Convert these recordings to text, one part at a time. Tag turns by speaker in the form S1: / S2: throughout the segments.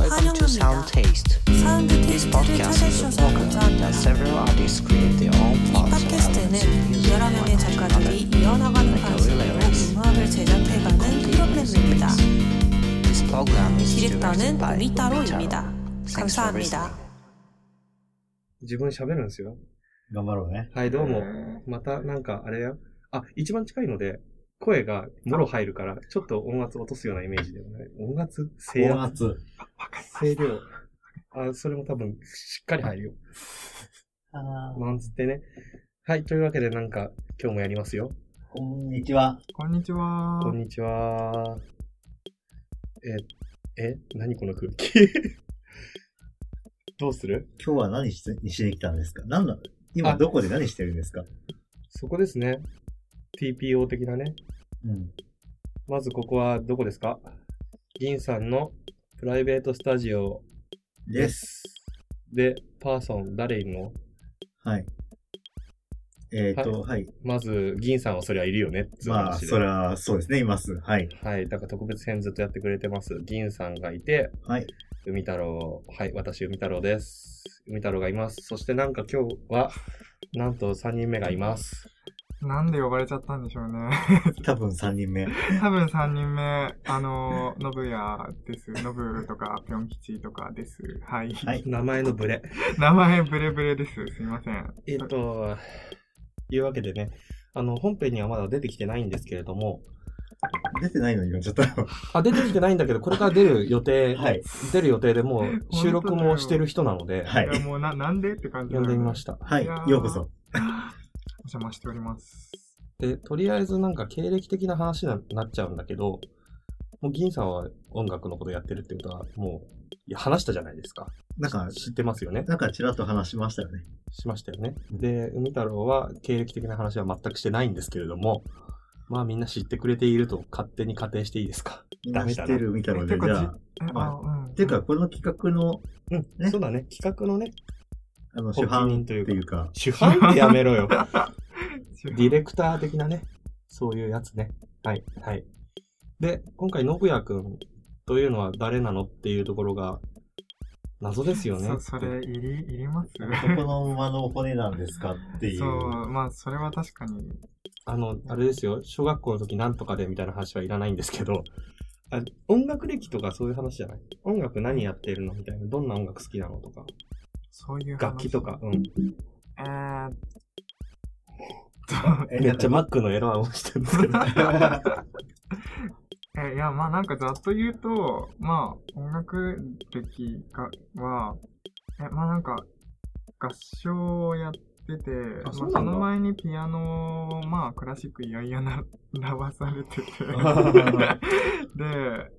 S1: Welcome to Sound Taste.
S2: 사운드
S1: This
S2: 테스트를
S1: podcast is a
S2: 찾아주셔서
S1: program that
S2: 감사합니다.
S1: several artists create their own
S2: 이
S1: parts of elements and
S2: 팟캐스트는
S1: use them
S2: 여러
S1: one
S2: 명의
S1: after another.
S2: 작가들이 이어나가는
S1: like a
S2: 방식으로
S1: relay
S2: 음악을 제작해가는 프로그램입니다.
S1: This program is directed
S2: 디렉터는
S1: by Umitaro.
S2: 우미따로입니다.
S1: Thanks for listening.
S2: 감사합니다.
S3: 自分喋るんですよ。
S4: 頑張ろうね。
S3: はい、どうも。また、なんか、あれよ。あ、一番近いので、声がもろ入るから、ちょっと音圧落とすようなイメージではない。音圧制
S4: 高
S3: 圧
S4: 圧。
S3: 声量。あ、それも多分、しっかり入るよ。
S4: あー
S3: なんつってね。はい、というわけで、なんか、今日もやりますよ。
S4: こんにちは。
S5: こんにちは。
S3: こんにちは。え、え、何この空 気どうする
S4: 今日は何ししに来たんですか何なの今
S3: あ
S4: どこで何してるんですか
S3: そこですね。TPO 的なね。
S4: うん。
S3: まずここはどこですか銀さんのプライベートスタジオ
S4: です。
S3: で、パーソン誰いるの
S4: はい。えっ、と、はい。
S3: まず、銀さんはそりゃいるよね、つう
S4: まあ、
S3: 話で
S4: それは、そうですね、います。はい。
S3: はい、だから特別編ずっとやってくれてます。銀さんがいて、
S4: はい。
S3: 海太郎、はい、私海太郎です。海太郎がいます。そしてなんか今日は、なんと3人目がいます。
S5: なんで呼ばれちゃったんでしょうね。
S4: 多分3人目。
S5: 多分3人目、あの、ノブヤです。ノブとか、ぴょん吉とかです。はい。
S4: はい。
S3: 名前のブレ。
S5: 名前ブレブレです。すいません。
S3: えっと、いうわけでね、あの、本編にはまだ出てきてないんですけれども、
S4: 出てないのに呼んじゃったよ。
S3: あ、出てきてないんだけど、これから出る予定、
S4: はい
S3: 出る予定でもう収録もしてる人なので、
S4: はい
S5: いや。もうな、なんでって感じ
S3: 呼んでみま
S5: た。
S3: した。
S4: はい
S5: いや。ー
S4: ようこそ。
S5: お邪魔しております。
S3: で、とりあえずなんか経歴的な話にななっちゃうんだけど、もう銀さんは音楽のことやってるってことは、もういや話したじゃないですか。
S4: なんか、
S3: 知ってますよね。
S4: なんかちらっと話しましたよね。
S3: しましたよね。で、海太郎は経歴的な話は全くしてないんですけれども、まあみんな知ってくれていると勝手に仮定していいですか。
S4: みんな知ってるみたいなの
S5: え
S4: で、
S5: て
S4: じ
S5: か
S4: ゃあ
S5: じ。え
S4: まあ
S5: あ、うん。
S4: っていうか、、この企画の、
S3: うん、
S4: ね
S3: そうだね。企画のね、
S4: あの、
S3: 発起
S4: 主
S3: 人
S4: 犯
S3: と
S4: と
S3: い
S4: いう
S3: か
S4: うか、
S3: 主犯ってやめろよ。ディ
S5: レ
S3: レクター的なね、そういうやつね。はい、はい。で、今回、信也くんというのは誰なのっていうところが、謎ですよね。
S5: そ、それ、いり、いります
S4: そこの馬の骨なんですかってい。
S5: そうう、まあ、それは確かに。
S3: あの、あれですよ、小学校の時なんとかでみたいな話はいらないんですけど、あ音楽歴とかそういう話じゃない音楽何やってるのみたいな。どんな音楽好きなのとか。
S5: そういう話
S3: 楽器とか。。うん。
S5: えーっ
S4: え
S3: めっちゃマックのエラーをしてるんです けど。
S5: え、いや、まあなんかざっと言うと、まあ音楽歴が、は、え、まあなんか合唱をやってて、
S3: あ
S5: ま
S3: そうなんだ
S5: その前にピアノを、まあクラシックいやいやな、らばされ てて。で、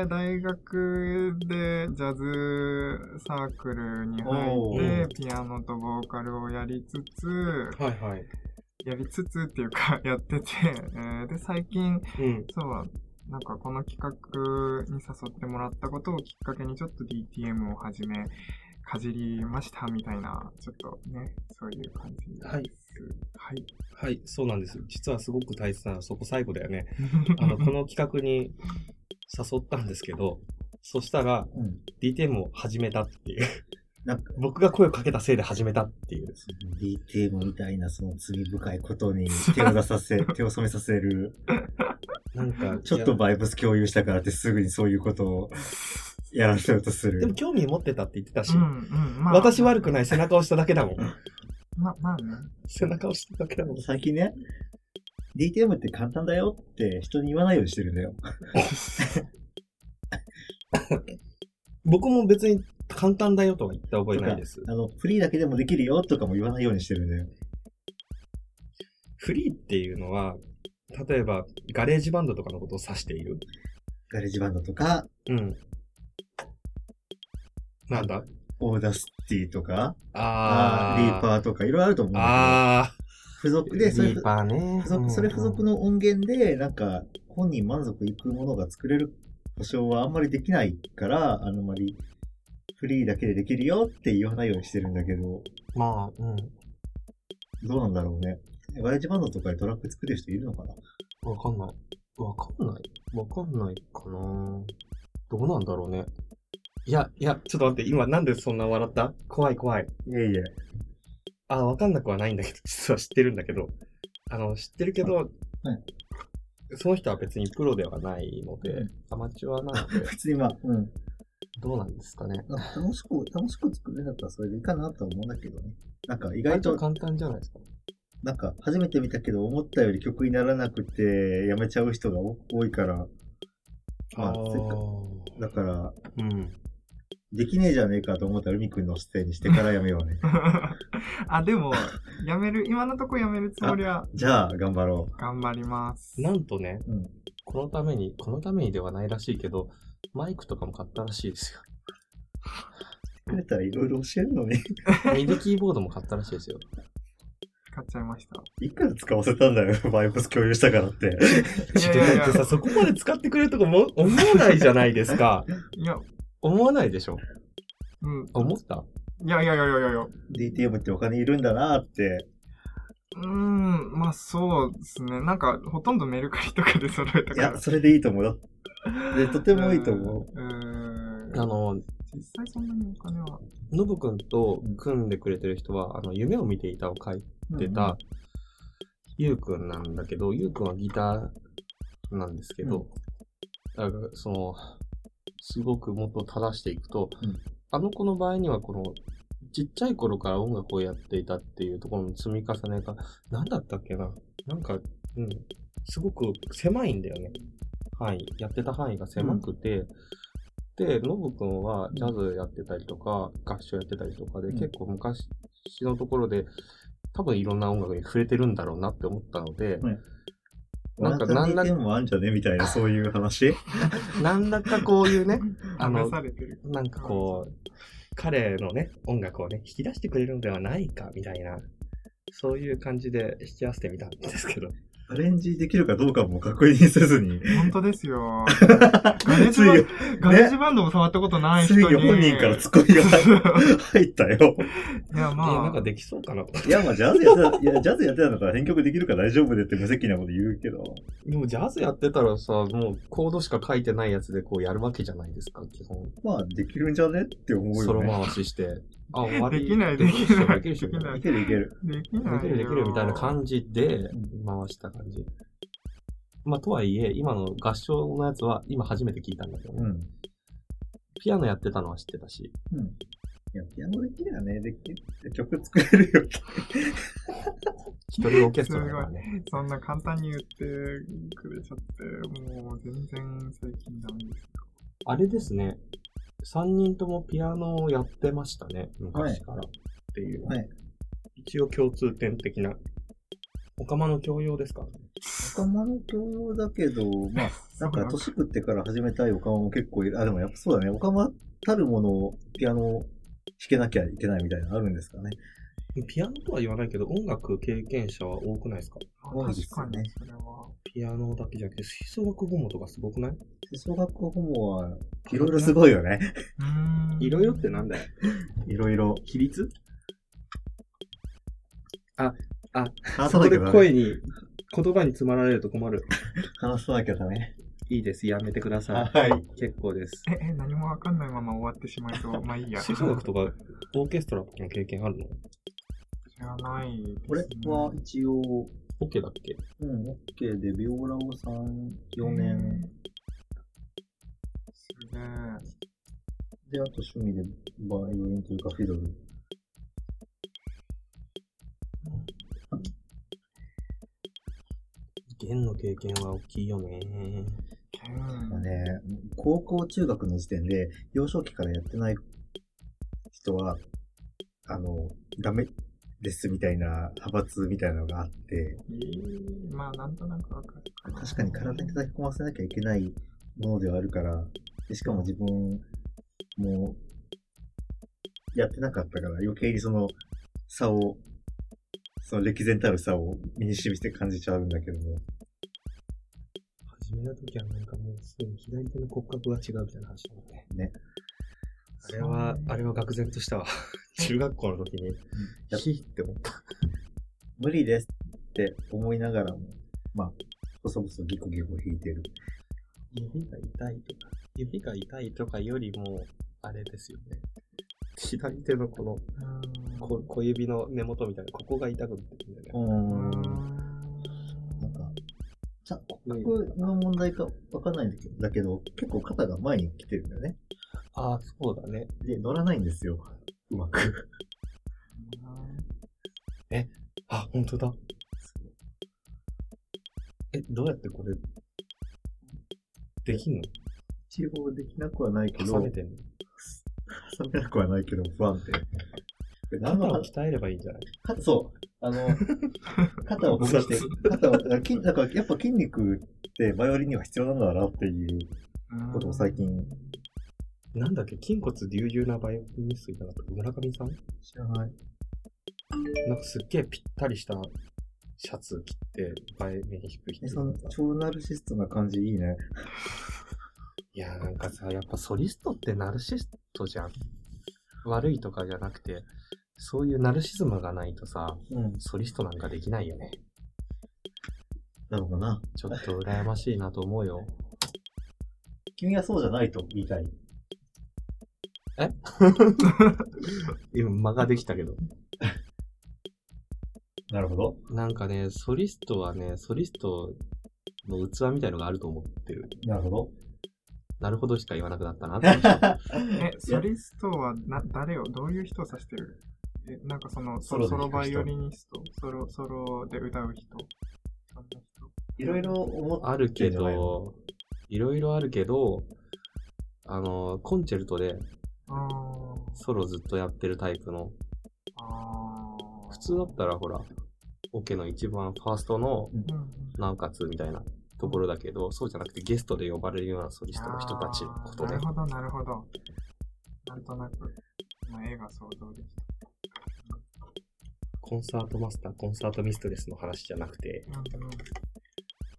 S5: で、大学でジャズサークルに
S4: お
S5: 入っ
S4: ー
S5: て、ピアノとボーカルをやりつつ、
S3: はいはい。
S5: やりつつっていうか やってて、えーで、最近、
S3: うん。
S5: そう、なんかこの企画に誘ってもらったことをきっかけにちょっと DTM を始め、かじりましたみたいな、ちょっとね、そういう感じです。
S3: はい
S5: はい。
S3: はい、そうなんです。実はすごく大切なのはそこ最後だよね。あの、この企画に誘ったんですけど、そしたら
S4: うん。
S3: DTM を始めたっていう。
S4: なんか、
S3: 僕が声をかけたせいで始めたっていう。
S4: DTM みたいなその罪深いこ とに手を出させ、手を染めさせる、
S3: なんか、
S4: ちょっと
S3: い
S4: バイブス共有したからってすぐにそういうこ とをやらせようとす
S3: やでも
S4: る。
S3: 興味持ってたって言ってたし、
S5: うんうん。まあ、
S3: 私悪く
S5: い。
S3: ない背中を押しただけだもん。
S5: ま、まあね。
S3: 背中を押しただけだもん。
S4: 最近ね、DTM って簡単だよって人に言わないようにしてるんだよ。
S3: 僕も別に簡単だよとは言った覚えないです。
S4: あの、フリーだけでもできるよとかも言わないようにしてるんだよ。
S3: フリーっていうのは、例えばガレージバンドとかのことを指している。
S4: ガレージバンドとか、
S3: うん。なんだ
S4: オーダースティとか、
S3: あ
S4: あ
S3: ー。
S4: ーリーパーとかいろいろあると思うんだけど
S3: ああ。
S4: 付属で、それ
S3: リーパーね。
S4: 付属、それ付属の音源で、なんか、本人満足いくものが作れる保証はあんまりできないから、あんまり、フリーだけでできるよって言わないようにしてるんだけど、
S3: まあ、うん。
S4: どうなんだろうね。ガレージバンドとかでトラック作る人いるのかな
S3: わかんない。わかんない。わかんないかなどうなんだろうね。いや、いや、ちょっと待って、今なんでそんな笑った怖い怖い。
S4: いやいや、
S3: あ、わかんなくはないんだけど、 実は知ってるんだけど、あの、知ってるけど、その人は別にプロではないので
S4: う、
S3: アマチュアなので、
S4: 普通にまあ、うん。
S3: どうなんですかね。
S4: なんか楽しく、楽しく作れるんだったらそれでいいかなとは思うんだけどね。なんか意外
S3: 割と
S4: と、
S3: 簡単じゃないですか。
S4: なんか初めて見たけど思ったより曲にならなくてやめちゃう人が多多いから、まあせっかだから、
S3: うん。
S4: できねえじゃねえかと思ったら海くんのせいにしてからやめようね。
S5: あ、でも、やめる、今のとこやめるつもりは
S4: じゃあ、頑張ろ
S5: 頑張ります。
S3: なんとね、
S4: う。うん。
S3: このために、このためにではないらしいけど、マイクとかも買ったらしいですよ。
S4: くれたらいろいろ教えるのに。
S3: ミディキーボードも買ったらしいですよ。
S5: 買っちゃいました。
S4: いくら使わせたんだよ、 バイオス共有したからって。
S5: いやいやい
S3: だ
S5: や
S3: ってさ、そこまで使ってくれるとかも思わないじゃないですか。
S5: いや、
S3: 思わないでしょ
S5: うん。
S3: 思った
S5: いやいやいやいやいやいや。う
S4: DTM ってお金いるんだなって。
S5: ーん、まあそうですね。なんか、ほとんどメルカリとかで揃えた
S4: い
S5: から
S4: や、。それでいいと思うよ。で、とてもいいと思。
S5: うーん。うー
S3: あ
S5: ん
S3: の、
S5: 実際そんなにお金は。
S3: ノブくんと組んでくれてる人は、あの、夢を見ていたを書いうってた、ゆうくんなんだけど、ゆうくんはギターなんですけど、だから、その、すごくもっと正していくと、
S4: うん
S3: あの子の場合には、この、ちっちゃい頃から音楽をやっていたっていうところの積み重ねが、何だったっけななんか、うん、すごく狭いんだよね。範囲、やってた範囲が狭くて、で、ノブくんはジャズやってたりとか、合唱やってたりとかで、
S4: うん
S3: 結構昔のところで、多分いろんな音楽に触れてるんだろうなって思ったので、
S4: はい
S3: な
S4: なん
S3: んか
S4: か、
S3: な
S4: なんん
S3: だ
S4: だもあんじゃねみたいな、そういう話。
S3: なんだかこういうね、あの
S5: 流されてる。
S3: なんかこう、彼のね、音楽をね、引き出してくれるのではないか、みたいな、そういう感じで引き合わせてみたんですけど。
S4: アレンジできるかどうかも確認せずに。
S5: 本当です よ。ガレージバンドガレージバンドも触ったことない
S4: つ
S5: 人
S4: い
S5: に。
S4: に本人からツッコミが 入ったよ。
S5: いや、ま
S3: え
S5: あ。
S3: なんかできそうかな。
S4: いや、まあ、ジャズやってた、いや、ジャズやってたんだから編曲できるから大丈夫でって無責任なこと言うけど。
S3: でもジャズやってたらさ、もうコードしか書いてないやつでこうやるわけじゃないですか、基本。
S4: まあ、できるんじゃねって思う
S3: ソ
S4: よ
S3: ロ
S4: ね。
S3: 回しして。あ、終わり。
S5: できないできない
S3: できるでしょできるでしょ
S5: できない
S4: いけるいける。
S5: できないよ。
S3: できるできるみたいな感じで回した感じ。まあ、とはいえ、今の合唱のやつは今初めて聞いたんだけどね。
S4: うん。
S3: ピアノやってたのは知ってたし。
S4: うん。いや、ピアノできるよね。できる。曲作れるよ。
S3: 一人オーケストラだからね。
S5: そんな簡単に言ってくれちゃって、もう全然最近ダメです。
S3: あれですね。三人ともピアノをやってましたね。昔から。っていう。
S4: はい。
S3: 一応共通点的な。おかまの教養ですか
S4: 仲間の共用だけど、まあ、なんか年食ってから始めたいオカマも結構いる。あ、でもやっぱそうだね。オカマたるものをピアノを弾けなきゃいけないみたいなのあるんですかね。
S3: ピアノとは言わないけど、音楽経験者は多くないですか
S4: 多いで
S5: 確
S4: す
S5: か
S4: よね
S5: に、それは。
S3: ピアノだけじゃなくて、吹奏楽部門とかすごくない
S4: 吹奏楽ホモはいろいろすごいよね。
S5: うーん
S3: いろいろってなんだよ。
S4: いろいろ。
S3: 比率
S4: 話さ
S3: そこ
S4: なき
S3: で
S4: ゃダメ。
S3: 声に、言葉に詰まられると困る。
S4: 話さなきゃダメ。
S3: いいです、やめてください。
S4: はい。
S3: 結構です。
S5: え、え、何もわかんないまま終わってしまいそう。まあいいや。
S3: 吹奏楽とか、オーケストラとかの経験あるの
S5: 知らないです、ね。
S4: これは一応、
S3: オッケーだっけ
S4: うん、オッケーでビオラを3、4年。
S5: すげえ。
S4: で、あと趣味でバイオリンというかフィドル。
S3: 弦の経験は大きいよね。
S5: うん
S4: ね、高校、中学の時点で、幼少期からやってない人は、あの、ダメですみたいな派閥みたいなのがあって、
S5: えーまあなんとなくわかるかな。
S4: 確かに体に叩き込ませなきゃいけないものではあるから、でしかも自分もやってなかったから、余計にその差を、その歴然たる差を身に染みて感じちゃうんだけども。
S3: 始めた時はなんかもうすでに左手の骨格が違うみたいな話だもんね。あれは、あれは愕然としたわ。 中学校の時に、ヒーって思った。
S4: 無理ですって思いながらも、まあ、細々ギコギコ弾いてる。
S3: 指が痛いとか、指が痛いとかよりも、あれですよね。 左手のこの
S5: うん
S3: 小小指の根元みたいな、ここが痛くなってくるんだよね。
S4: うん。
S5: うん
S4: なんか、ちゃん骨格の問題かわかんないんだけど、だけど、結構肩が前に来てるんだよね。
S3: ああ、そうだね。
S4: で、乗らないんですよ。うまく。
S3: あ、本当だ。え、どうやってこれ、できんの
S4: 一応できなくはないけど、
S3: 挟め
S4: 挟
S3: てんの
S4: めなくはないけど、不安定。何
S3: 肩
S4: の
S3: を鍛えればいいんじゃない
S4: 肩、そう。あ の、肩をほぐして、肩を、だから筋、なんかやっぱ筋肉ってバイオリンには必要なんだなっていうことを最近
S3: なんだっけ筋骨隆々なバイオリニストいなかったっけ村上さん
S4: 知らない。
S3: なんかすっげえぴったりしたシャツ着て、前目に引く人
S4: え、
S3: いた
S4: その、超ナルシストな感じいいね。
S3: いやーなんかさ、やっぱソリストってナルシストじゃん。悪いとかじゃなくて、そういうナルシズムがないとさ、
S4: うん。
S3: ソリストなんかできないよね。
S4: なのかな。
S3: ちょっと羨ましいなと思う よ。
S4: 君はそうじゃないと言いたい。
S3: 今間ができたけど。
S4: なるほど。
S3: なんかね、ソリストはね、ソリストの器みたいのがあると思ってる。
S4: なるほど。
S3: なるほどしか言わなくなったなって。
S5: え、ソリストはな誰を、どういう人を指してるえ、なんかその、ソロ
S4: ソロで弾く人
S5: バイオリニスト、ソロ、ソロで歌う人。そんな人
S4: いろいろ思っ
S3: あるけど、いろいろあるけど、あの、コンチェルトで
S5: あー
S3: ソロずっとやってるタイプの、
S5: あー。
S3: 普通だったらほら、オケの一番ファーストの
S5: うんうん、
S3: なおかつみたいなところだけど、そうじゃなくてゲストで呼ばれるようなソリストの人たちのこと
S5: あー
S3: で
S5: なる。ほど、なるほど。なんとなく、まあ、絵が想像でき
S3: コンサートマスター、コンサートミストレスの話じゃなくて、
S5: た。うんうん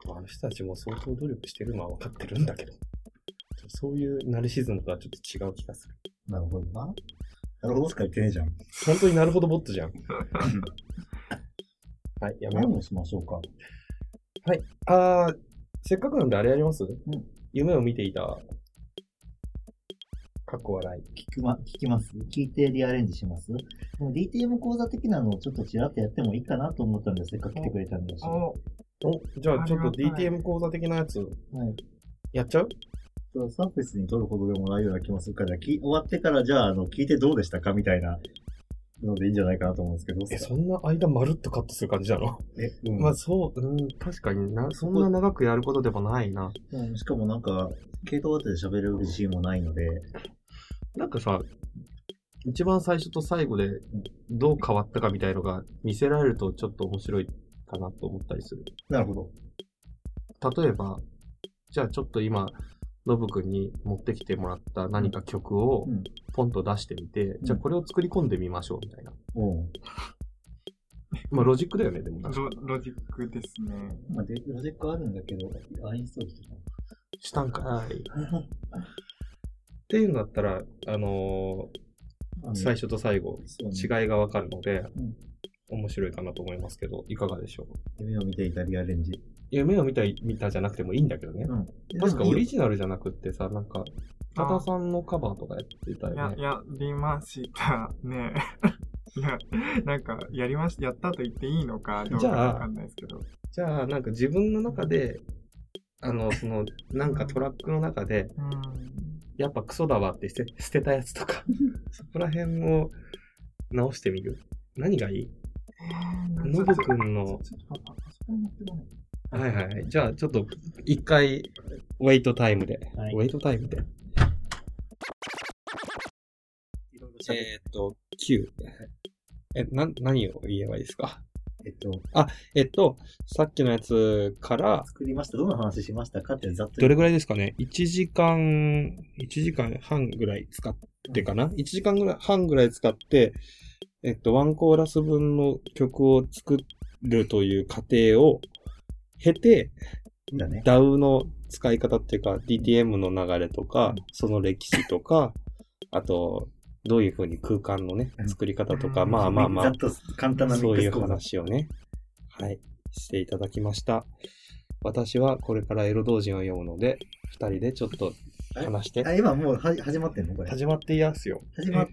S3: まああの人たちも相当努力してるのは分かってるんだけど、そういうナルシズムとはちょっと違う気がする。
S4: なるほどな。なるほどしか言ってねえじゃん。
S3: 本当になるほどボットじゃん。はい、やめよ
S4: をしましょうか。
S3: う。あー、せっかくなんであれやります、
S4: ん
S3: 夢を見ていた、過去笑い。
S4: 聞きま、聞きます聞いてリアレンジしますでも DTM 講座的なのをちょっとちらっとやってもいいかなと思ったんで、せっかく来てくれたんだし。は
S5: お
S3: お、じゃあちょっと
S5: ありがたい
S3: DTM 講座的なやつ、
S4: い。
S3: やっちゃう
S4: ちょっとサーフェスに撮るほどでもないような気もするから、き終わってからじゃあ、あの、聞いてどうでしたかみたいなのでいいんじゃないかなと思うんですけど。どうっ
S3: え、
S4: すか
S3: そんな間まるっとカットする感じなの、
S4: え、うん。
S3: まあそう、うん、確かにな、そんな長くやることでもないな。
S4: うんしかもなんか、系統当てで喋る自信もないので、
S3: なんかさ、一番最初と最後でどう変わったかみたいのが見せられるとちょっと面白いかなと思ったりする。
S4: なるほど。
S3: 例えば、じゃあちょっと今、ノブ君に持ってきてもらった何か曲を
S4: うん
S3: ポンと出してみて、じゃあこれを作り込んでみましょうみたいな。
S4: うん。
S3: まあロジックだよね、でも確か
S5: ロロジックですね。
S4: まあ、で、ロジックあるんだけど、アインストールとか。
S3: したんかい。っていうのだったら、あの
S4: あの
S3: ー最初と最後、
S4: そうね
S3: 違いがわかるので、
S4: ん
S3: 面白いかなと思いますけど、いかがでしょう
S4: 夢を見ていたリアレンジ。
S3: 夢を見たい、見たじゃなくてもいいんだけどね。
S4: ん。
S3: 確かオリ
S4: 俺
S3: ジナルじゃなくってさ、なんか、
S5: あ
S3: 多田さんのカバーとかやってたよ
S5: や、
S3: ね。
S5: やりましたね。いや、なんか、やりまし、やったと言っていいのか、どう
S3: じ
S5: か
S3: ゃあ
S5: わかんないですけど。
S3: じゃあ、なんか自分の中で、あの、その、なんかトラックの中で、
S5: うん。
S3: やっぱクソだわって捨て捨てたやつとか、そこら辺を直してみる。何がいいノブくんの、
S5: ちょっとパパパソコン持ってこない。
S3: はいはいはい。じゃあ、ちょっと、一回、ウェイトタイムで。
S4: はい
S3: ウェイトタイムで。えーっと、9。え、な、何を言えばいいですか
S4: えっと、
S3: えっと、さっきのやつから、
S4: 作りました。どんな話しましたかってざっと。
S3: どれぐらいですかね ?1 時間、1時間半ぐらい使ってかな ?1 時間ぐらい半ぐらい使って、えっと、ワンコーラス分の曲を作るという過程を経て、
S4: だね。
S3: DAW の使い方っていうか、DTM の流れとか、その歴史とか、あと、どういうふうに空間のね
S4: う、ん
S3: 作り方とか、
S5: うん
S3: まあまあま
S4: ざ
S3: あ
S4: っ、と簡単なミ
S3: そ
S4: ッ
S3: う
S4: ク
S3: い
S4: ス
S3: う
S4: 講座。
S3: 話をね、はい、していただきました。私はこれからエロ同人を読むので、二人でちょっと話して
S4: あ、。今もうは始まってんのこれ。
S3: 始まっていやすよ。
S4: 始まっ、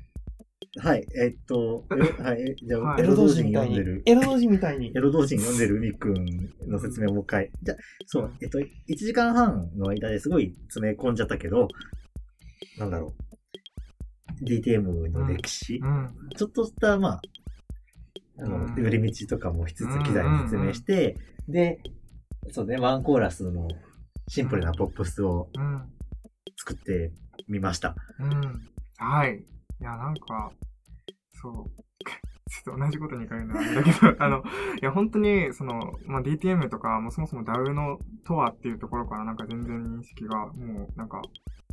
S4: はい、えっと、 えはい、じゃあ、
S5: はい
S4: エ
S3: エ
S4: ロ
S3: ロ
S4: 同
S3: 同
S4: 人
S3: 士みた
S4: 読
S3: いに
S4: んでる。。
S3: エロ同士みたいに
S4: エ。ロ同人読んでる海くんの説明をもう一回。じゃあ、そう、えっと、1時間半の間ですごい詰め込んじゃったけど、なんだろう。DTM の歴史、
S5: うん。
S4: ちょっとした、まあ、あの、
S5: うん
S4: 寄り道とかもしつ
S5: う
S4: つ
S5: ん
S4: 機材に説明して、で、そうね、ワンコーラスのシンプルなポップスを
S5: うん。
S4: 作ってみました。
S5: うん。はい。いや、なんか、そう。 ちょっと同じことにか言うのはあれだけど、あの、いや、本当に、その、まあ、DTM とか、もうそもそも DAW のとはっていうところから、なんか全然認識が、もう、なんか、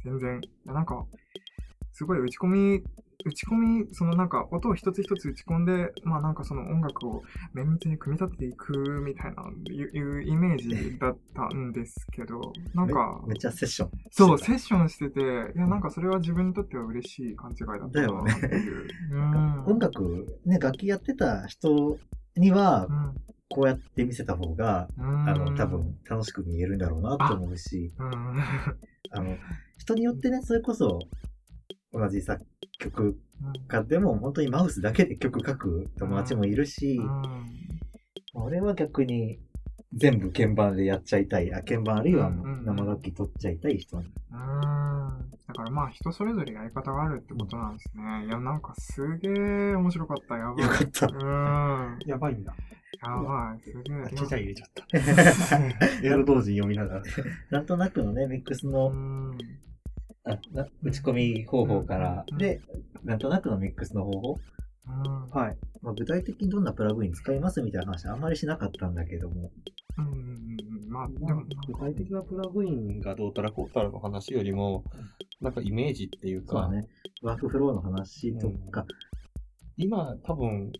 S5: 全然、いや、なんか、すごい打ち込み、打ち込み、そのなんか、音を一つ一つ打ち込んで、まあなんかその音楽を綿密に組み立てていくみたいな、いういうイメージだったんですけど、なんか、
S4: めめっちゃセッション。
S5: そう、セッションしてて、いや、なんかそれは自分にとっては嬉しい勘違いだったなっていう。うん
S4: 音楽、ね、楽器やってた人には
S5: う、ん
S4: こうやって見せた方が、
S5: うん
S4: あの、多分楽しく見えるんだろうなと思うし、
S5: うん。
S4: あの、人によってね、それこそ、同じ作曲家でも、本当にマウスだけで曲書く友達もいるし、
S5: うん
S4: 俺は逆に、全部鍵盤でやっちゃいたい。あ、鍵盤あるいはもう
S5: うん
S4: 生楽器取っちゃいたい人なんだ。
S5: うんだからまあ人それぞれやり方があるってことなんですね。いや、なんかすげえ面白かった。やばい。
S4: よかった
S5: う。ん。
S3: やばいんだ。
S5: やばい。すげえ。
S3: あちゃちゃ入れちゃった。エロ同時読みな がら。
S4: なんとなくのね、ミックス
S5: う
S4: の
S5: ん。
S4: あな打ち込み方法から
S5: う、ん
S4: で、なんとなくのミックスの方法。
S5: うん
S4: はい。まあ、具体的にどんなプラグイン使いますみたいな話あんまりしなかったんだけども。
S5: うんうんうん。まあ、でもなんか、
S3: 具体的なプラグインがどうたらこうたらの話よりも、なんかイメージっていう
S4: そ
S3: か、
S4: うだね。ワークフローの話とか、
S3: 今多分、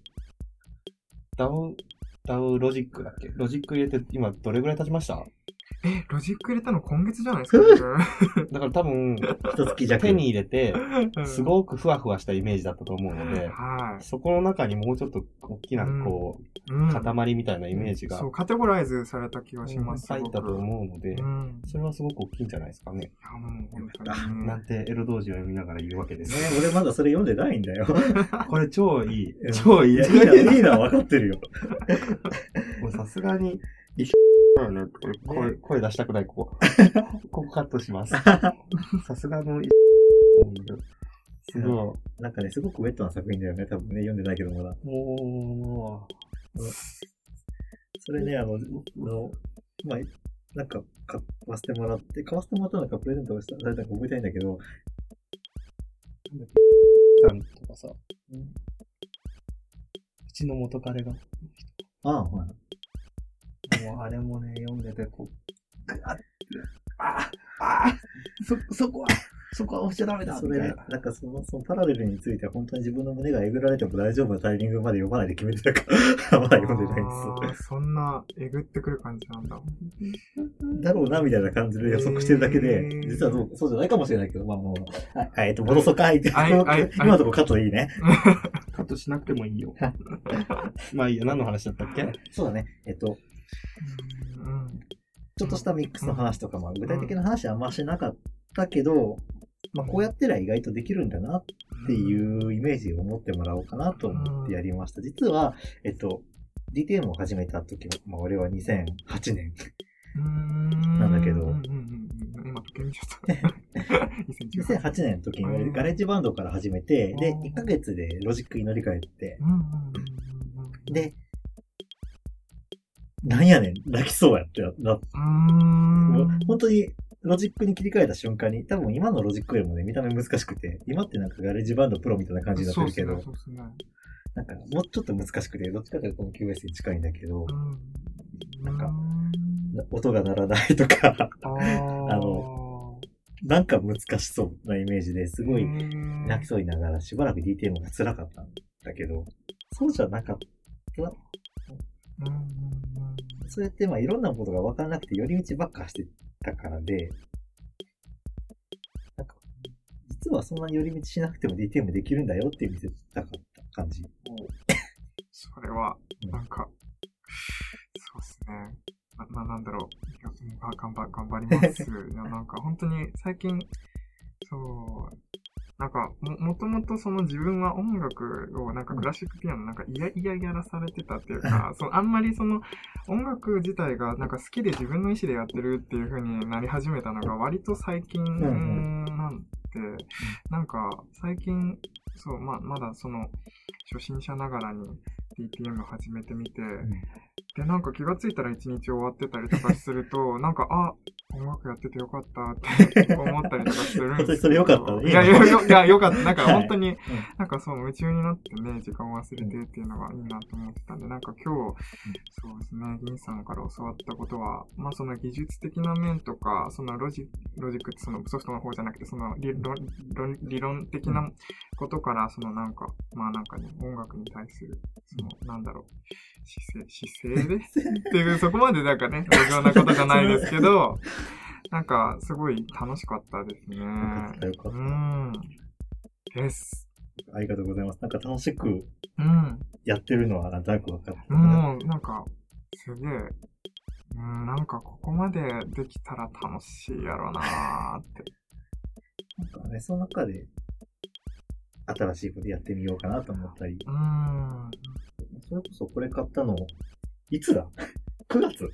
S3: ダウ、ダウロジックだっけロジック入れて今どれぐらい経ちました
S5: え、ロジック入れたの今月じゃないですか
S3: だから多 分、
S4: 一月弱。
S3: 手に入れて、
S5: 僕
S3: すごくふわふわしたイメージだったと思うので、
S5: はい。
S3: そこの中にもうちょっと大きな、こう、
S5: うん
S3: 塊みたいなイメージが
S5: そう、カテゴライズされた気がします。
S3: 入ったと
S5: う。
S3: 思うので
S5: う、ん。
S3: それはすごく大きいんじゃないですかね。
S5: いや、もう本
S4: よかっ
S5: 当に
S3: なんてエロ同士を読みながら言うわけです
S4: ね。 俺まだそれ読んでないんだよ。
S3: これ超いい
S4: うん。
S3: 超いい。
S4: いや、いいな、いいな、分かってるよ。
S3: もうさすがに、だよね。これ声、声出したくない、ここ。ここカットします。さすがの、すご
S4: なんかね、すごくウェットな作品だよね。多分ね、読んでないけどま
S3: い。
S4: だ。
S3: も
S4: それね、あの、のまあ、なんか、買わせてもらって、買わせてもらったのか、プレゼントをしたされたのか覚えたいんだけど、
S3: う、さんとかさ、うちの元彼が、も
S4: ああ、ほら。
S3: うあれもね、読んでて、こう、あああ そ、そこは、そこは押しちゃダメだ、
S4: そ
S3: み
S4: れ
S3: たい
S4: ね
S3: な、。
S4: なんかその、そのパラレルについては本当に自分の胸がえぐられても大丈夫なタイミングまで読まないで決めてたから、ま だ読んでないんです。
S5: あーそんな、えぐってくる感じなんだ。
S4: だろうな、みたいな感じで予測してるだけ
S5: へ
S4: で、
S5: ー
S4: 実はそうそうじゃないかもしれないけど、まあもう、はいはい、えっと、戻そうか、はい、
S5: はいはい
S4: 今のとこカットでいいね。
S3: カットしなくてもいいよ。まあいいや、何の話だったっけ
S4: そうだね。えっと、
S5: うん。
S4: ちょっとしたミックスの話とか、まあ具体的な話はあんましなかったけど、まあこうやってりゃ意外とできるんだなって
S5: うん。
S4: いうイメージを持ってもらおうかなと思ってやりました。実は、えっと、DTM を始めた時は、まあ俺は2008年。なんだけど
S5: うんうんうんうん今、時計見ちゃった。2018
S4: 2008年の時に
S5: う
S4: 俺
S5: ん
S4: ガレージバンドから始めて、で、
S5: うん
S4: 1ヶ月でロジックに乗り換えて、
S5: うんうんうんうんうん、
S4: で、なんやねん、泣きそうやってなって、
S5: うーん。
S4: もう本当にロジックに切り替えた瞬間に、多分今のロジックよりもね、見た目難しくて、今ってなんかガレージバンドプロみたいな感じになってるけど、
S5: そうっすね、そうっすね。
S4: なんかもうちょっと難しくて、どっちかというとこの QS に近いんだけど、
S5: うん。
S4: なんか
S5: うん
S4: な音が鳴らないとか、
S5: あ
S4: あ
S5: の、
S4: なんか難しそうなイメージですごい泣
S5: 泣
S4: きそうにながらしばらく DTM が辛かったんだけど、そうじゃなかった。
S5: うんうんうん。
S4: そうやってまあいろんなことが分からなくて寄り道ばっかしてたからで、なんか、実はそんなに寄り道しなくても DTM できるんだよって見せたかった感じ。
S5: それは
S4: うん、
S5: なんか、そうっすね。な、ななんだろう。いやもうが頑張、頑張ります。いや、なんか本当に最近、なんかも、もともとその自分は音楽をなんかクラシックピアノなんか嫌々やらされてたっていうか、そのあんまりその音楽自体がなんか好きで自分の意思でやってるっていう風になり始めたのが割と最近
S4: ん
S5: なんで、なんか最近、そう、まあ、まだその初心者ながらに DTM 始めてみて、で、なんか気がついたら一日終わってたりとかする と、なんか、あ、音楽やっててよかったって思ったりとかするんで
S4: 本
S5: すけど。
S4: 当にそれよかったね
S5: いや、よ、よ、いや、よかった。なんか
S4: はい
S5: 本当に、なんかそう、夢中になってね、時間を忘れてっていうのがいいなと思ってたんで、なんか今日、そうですね、銀さんから教わったことは、まあその技術的な面とか、そのロジロジックってそのソフトの方じゃなくて、その理論論理論的なことから、そのなんか、まあなんかね、音楽に対する、その、なんだろう、姿勢、姿勢でっていう、そこまでなんかね、無情なことじゃないです けど、なんか、すごい楽しかったですね。
S4: かったよか
S5: う
S4: った
S5: ん。です。
S4: ありがとうございます。なんか楽しく
S5: うん。
S4: やってるのはなんとなく分かった。
S5: もう、なんか、すげえ。うん、なんかここまでできたら楽しいやろなーって。
S4: なんかね、その中で、新しいことやってみようかなと思ったり、
S5: うん。
S4: それこそこれ買ったの、いつだ ?9 月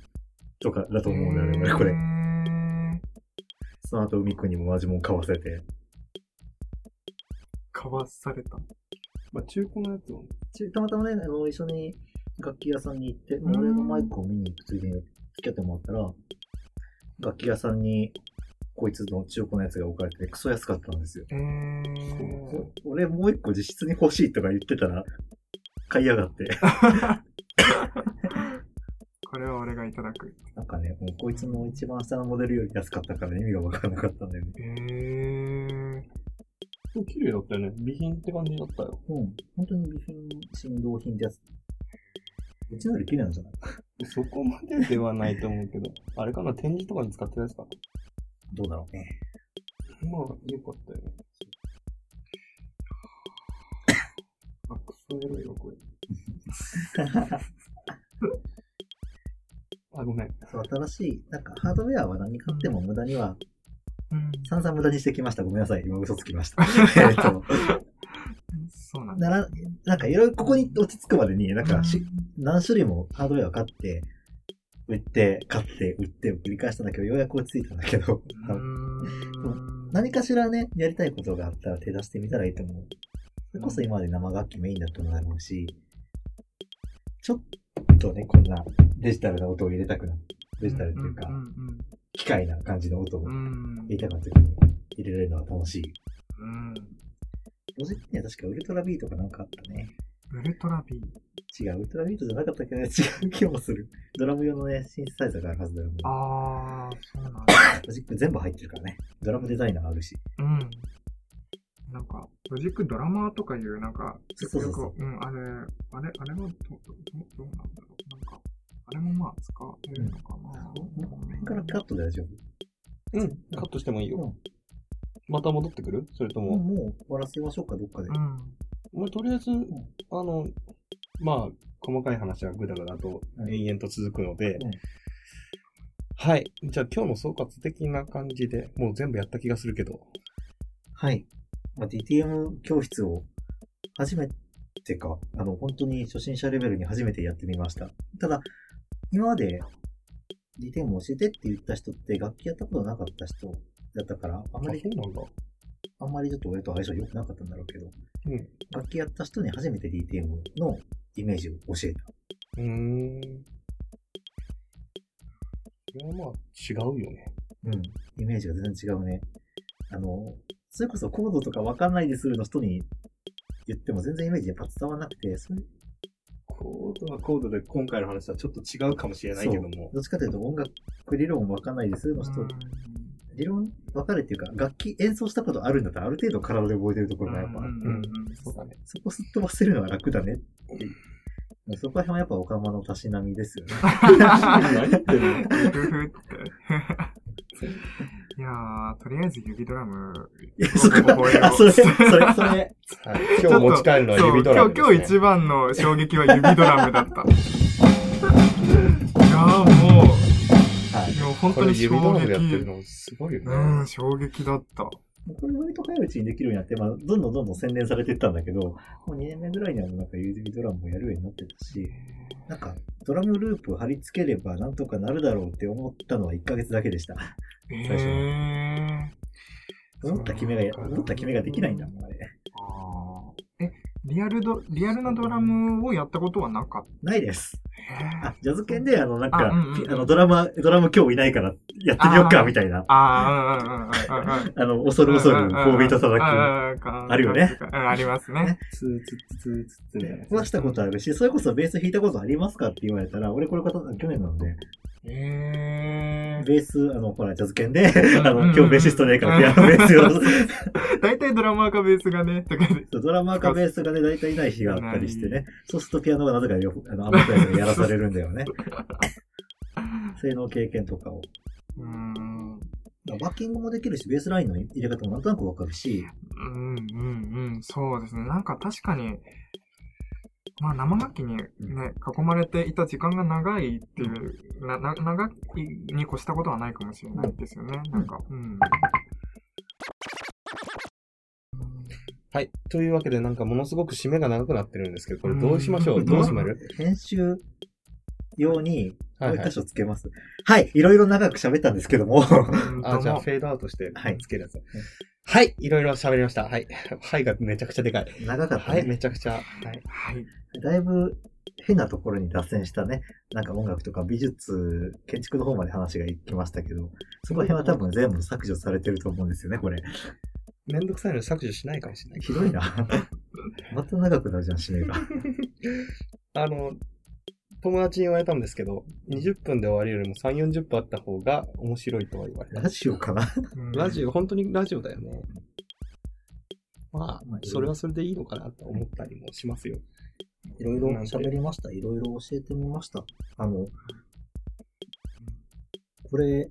S4: とかだと思うんだよね、俺こ
S5: へ
S4: れ。
S5: ー
S4: その後、海くんにもマジもん買わせて。
S5: かわされた。
S3: まあ、中古のやつを
S4: ちたまたまね、あの、一緒に楽器屋さんに行って、もう俺のマイクを見に行くついでに付き合ってもらったら、楽器屋さんに、こいつの中古のやつが置かれてて、クソ安かったんですよ。
S5: えー。
S4: お俺もう一個実質に欲しいとか言ってたら、買いや がって。
S5: これは俺がいただく。
S4: なんかね、もうこいつの一番下のモデルより安かったから意味がわからなかったんだよね。
S5: えー。
S3: 綺麗だったよね。備品って感じだったよ。
S4: うん。本当に備品、振動品ってやつ。うちのより綺麗なんじゃない
S3: そこまでではないと思うけど、あれかな、展示とかに使ってたやつかな。
S4: どうだろうね。
S3: まあ、よかったよね。あ、クソエロいわ、これ。 あ、ごめん。
S4: そう、新しい、なんかハードウェアは何買っても無駄には、
S5: うん。
S4: 散々無駄にしてきました。ごめんなさい。今嘘つきました。 えっと、
S5: そうなんだ。
S4: なら、なんかいろいろここに落ち着くまでに、なんかし、
S5: うん
S4: 何種類もハードウェアを買って、売って、買って、売ってを繰り返したんだけど、ようやく落ち着いたんだけど、
S5: うん
S4: 何かしらね、やりたいことがあったら手出してみたらいいと思う。それこそ今まで生楽器メインだったのだろうし、ちょっとね、こんなデジタルな音を入れたくなる。デジタルっていうか
S5: う、ん
S4: 機械な感じの音を
S5: うん
S4: 入
S5: うん。うん
S4: れたかった時に入れられるのは楽しい。
S5: うん。
S4: ロジックには確かウルトラビートかなんかあったね。
S5: ウルトラビー。
S4: 違う、ウルトラビートじゃなかったっけど、ね、 違う気もする。ドラム用のね、シンセサイザーがあるはずだよね。
S5: あー、そうなんだ。
S4: ロジック全部入ってるからね。ドラムデザイナーあるし。
S5: うん。なんか、ロジックドラマーとかいう、なんか、
S4: そうそうそう
S5: よくうん、あれ、あれ、あれはど、ど、どどうなんだろう。なんか、あれもまあ、使えるのかな。
S4: これからカットで大丈夫。
S3: うん、カットしてもいいよ。また戻ってくるそれと
S4: もう、
S3: も、
S4: もう終わらせましょうか、どっかで
S5: う。ん。
S3: まあ、とりあえず、あの、まあ、細かい話はぐだぐだと
S4: うん
S3: 延々と続くので
S4: うん、
S3: はい。じゃあ今日の総括的な感じで、もう全部やった気がするけど、
S4: はい。まあ、DTM 教室を初めてか、あの、本当に初心者レベルに初めてやってみました。ただ、今まで DTM を教えてって言った人って楽器やったことなかった人だったから、あ
S3: あ、
S4: ん
S3: そ
S4: まり、
S3: うなんだ。
S4: あんまりちょっと俺と相性良くなかったんだろうけど、
S3: うん
S4: 楽器やった人に初めて DTM のイメージを教えた。
S3: うーん。それはまあ、違うよね。
S4: うん。イメージが全然違うね。あの、それこそコードとかわかんないですの人に言っても全然イメージやっぱ伝わらなくて、それ
S3: コードはコードで今回の話はちょっと違うかもしれないけども。
S4: どっちかというと音楽理論わかんないですの人、理論わかるっていうか、楽器演奏したことあるんだったらある程度体で覚えてるところがやっぱあ
S5: う
S4: る、
S5: んうんうん
S3: そうだね。
S4: そこすっ飛ばせるのは楽だねっていう。そこら辺はやっぱオカマのたしなみですよ ね。
S3: 何言ってるの
S5: ふふって。いやー、とりあえず指ドラム。
S4: いやそこあ、それ、そ れ、それ。
S3: はい今日持ち帰るのは
S5: そう
S3: 指ドラムです、ね。
S5: 今日、今日一番の衝撃は指ドラムだ った。いやーもう、
S4: はい。
S5: もう本
S3: こ
S5: 当
S3: れ
S5: に
S3: 指
S5: 衝
S3: ドラムでやってる
S5: 撃。
S3: のすごいよね。
S5: うん、衝撃だった。
S4: これ割と早いうちにできるようになって、まあ、どんどんどんどん洗練されていったんだけど、もう2年目ぐらいにはもうなんか USB ドラムもやるようになってたし、なんかドラムループ貼り付ければなんとかなるだろうって思ったのは1ヶ月だけでした。
S5: え
S4: 最初
S5: え
S4: 思った決めが、思った決めができないんだもん、あれ。
S5: あーえ、リアルド、リアルなドラムをやったことはなかっ
S4: ないです。
S5: た。へー
S4: あ、ジャズ犬で、あの、なんか、
S5: あうんうんうん
S4: あの、ドラマ、ドラム今日いないから、やってみよう
S5: あ
S4: か、
S5: ー
S4: みたいな。
S5: あー、うんうんうんうんうん。
S4: あの、恐る恐る、こう、ビート叩く。
S5: く
S4: あるよね。
S5: うん、ありますね
S4: ね。ツーツーツーツーツーみたいなはしたことあるし、それこそベース弾いたことありますかって言われたら、俺これこそ去年なので、
S5: え
S4: ベース、あの、ほら、ジャズ犬で、
S5: ん
S4: あの、今日ベーシストねえから、ピアノベースよ。
S5: ー、 大体ドラマーかベースがね、とかで。
S4: ドラマーかベースがね、大体いない日があったりしてね。そうするとピアノがなぜかよく、あの、アマプライズがやらされるんだよね。性能経験とかを。
S5: うーん。
S4: バッキングもできるし、ベースラインの入れ方もなんとなくわかるし、
S5: うんうんうん、そうですね。なんか確かに、まあ生楽器にね、囲まれていた時間が長いっていう、な、な、長いに越したことはないかもしれないですよね。なんか、うん。
S3: はい。というわけで、なんかものすごく締めが長くなってるんですけど、これどうしましょうどうしまる
S4: 編集用に、も
S3: は
S4: う
S3: いは
S4: 一箇
S3: い。
S4: 所つけます。はい、い、ろいろ長く喋ったんですけども。は
S3: あ、じゃあフ
S5: フ
S3: ェードアウトして
S4: はい
S3: つけるやつ。はい。いろいろ喋りました。はい。はいがめちゃくちゃでかい。
S4: い長かった
S3: はい。め
S4: ね。
S3: ちゃくちゃ。はい。
S5: はい。
S4: だいぶ変なところに脱線したね。なんか音楽とか美術、建築の方まで話が行きましたけど、そこら辺は多分全部削除されてると思うんですよね、これ。
S3: めんどくさいので削除しないかもしれない。
S4: ひどいな。 また長くなるじゃん、締めが。
S3: あの、友達に言われたんですけど、20分で終わるよりも3、40分あった方が面白いとは言われた。
S4: ラジオかな
S5: うん
S3: ラジオ、本当にラジオだよね。まあ
S4: まあ、
S3: それはそれでいいのかなと思ったりもしますよ。
S4: いろいろ喋りました。いろいろ教えてみました。あの、これ、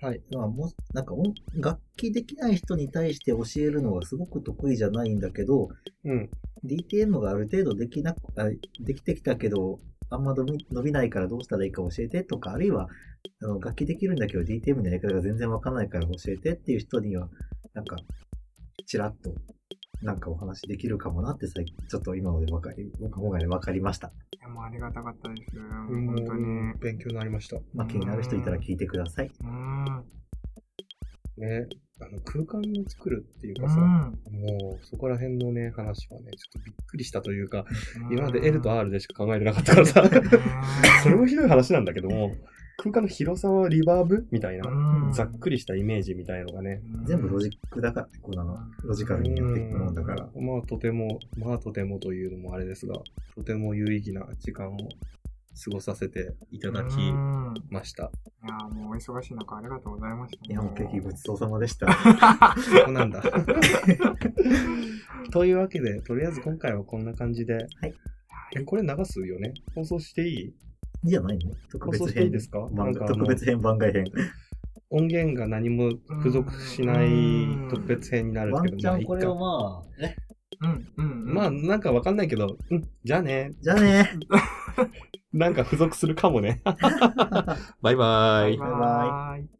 S3: はい。
S4: まあ、もうなんか音楽器できない人に対して教えるのがすごく得意じゃないんだけど、
S3: うん。
S4: DTM がある程度できなく、あできてきたけど、あんま伸び伸びないからどうしたらいいか教えてとか、あるいは、あの楽器できるんだけど DTM のやり方が全然わかんないから教えてっていう人には、なんか、ちらっと、なんかお話できるかもなって最近、ちょっと今のでわかり、今回でわかりました。
S5: いやもうありがたかったです。本当
S3: う
S5: に。
S3: ん勉強になりました。
S4: まあ、気になる人いたら聞いてください。
S5: うん。
S3: ね。あの空間を作るっていう
S5: う
S3: かさ、
S5: ん。
S3: もうそこら辺のね、話はね、ちょっとびっくりしたというか、今まで L と R でしか考えてなかったからさ、それもひどい話なんだけども、空間の広さはリバーブみたいな、
S5: うん
S3: ざっくりしたイメージみたいのがね、
S5: うん
S4: 全部ロジックだから、こうなの。ロジカルにやっていくものだから。
S3: まあとても、まあとてもというのもあれですが、とても有意義な時間を過ごさせていただき
S5: うん
S3: ました。
S5: いやもうお忙しい中ありがとうございました。
S4: いや、もう敵ごちそうさまでした。
S3: そこなんだ。 というわけで、とりあえず今回はこんな感じで。え、これ流すよね放送していい
S4: いいんじゃないの特
S3: 放送
S4: 別
S3: していい
S4: 編
S3: で。すかな
S4: 番
S3: んか
S4: 外
S3: あの
S4: 特別編、番外編。
S3: 音源が何も付属しない特別編になる
S4: ワ
S3: け
S4: ンチ
S3: ど、まあ
S4: ャ
S3: い
S4: ン
S3: っ
S4: これは
S3: か。
S4: まあ、ね。
S5: うんうんうん。
S3: まあなんかわかんないけど、うん、じゃあね。
S4: じゃあね。
S3: なんか付属するかもね。バイバーイ。
S5: バイバイ。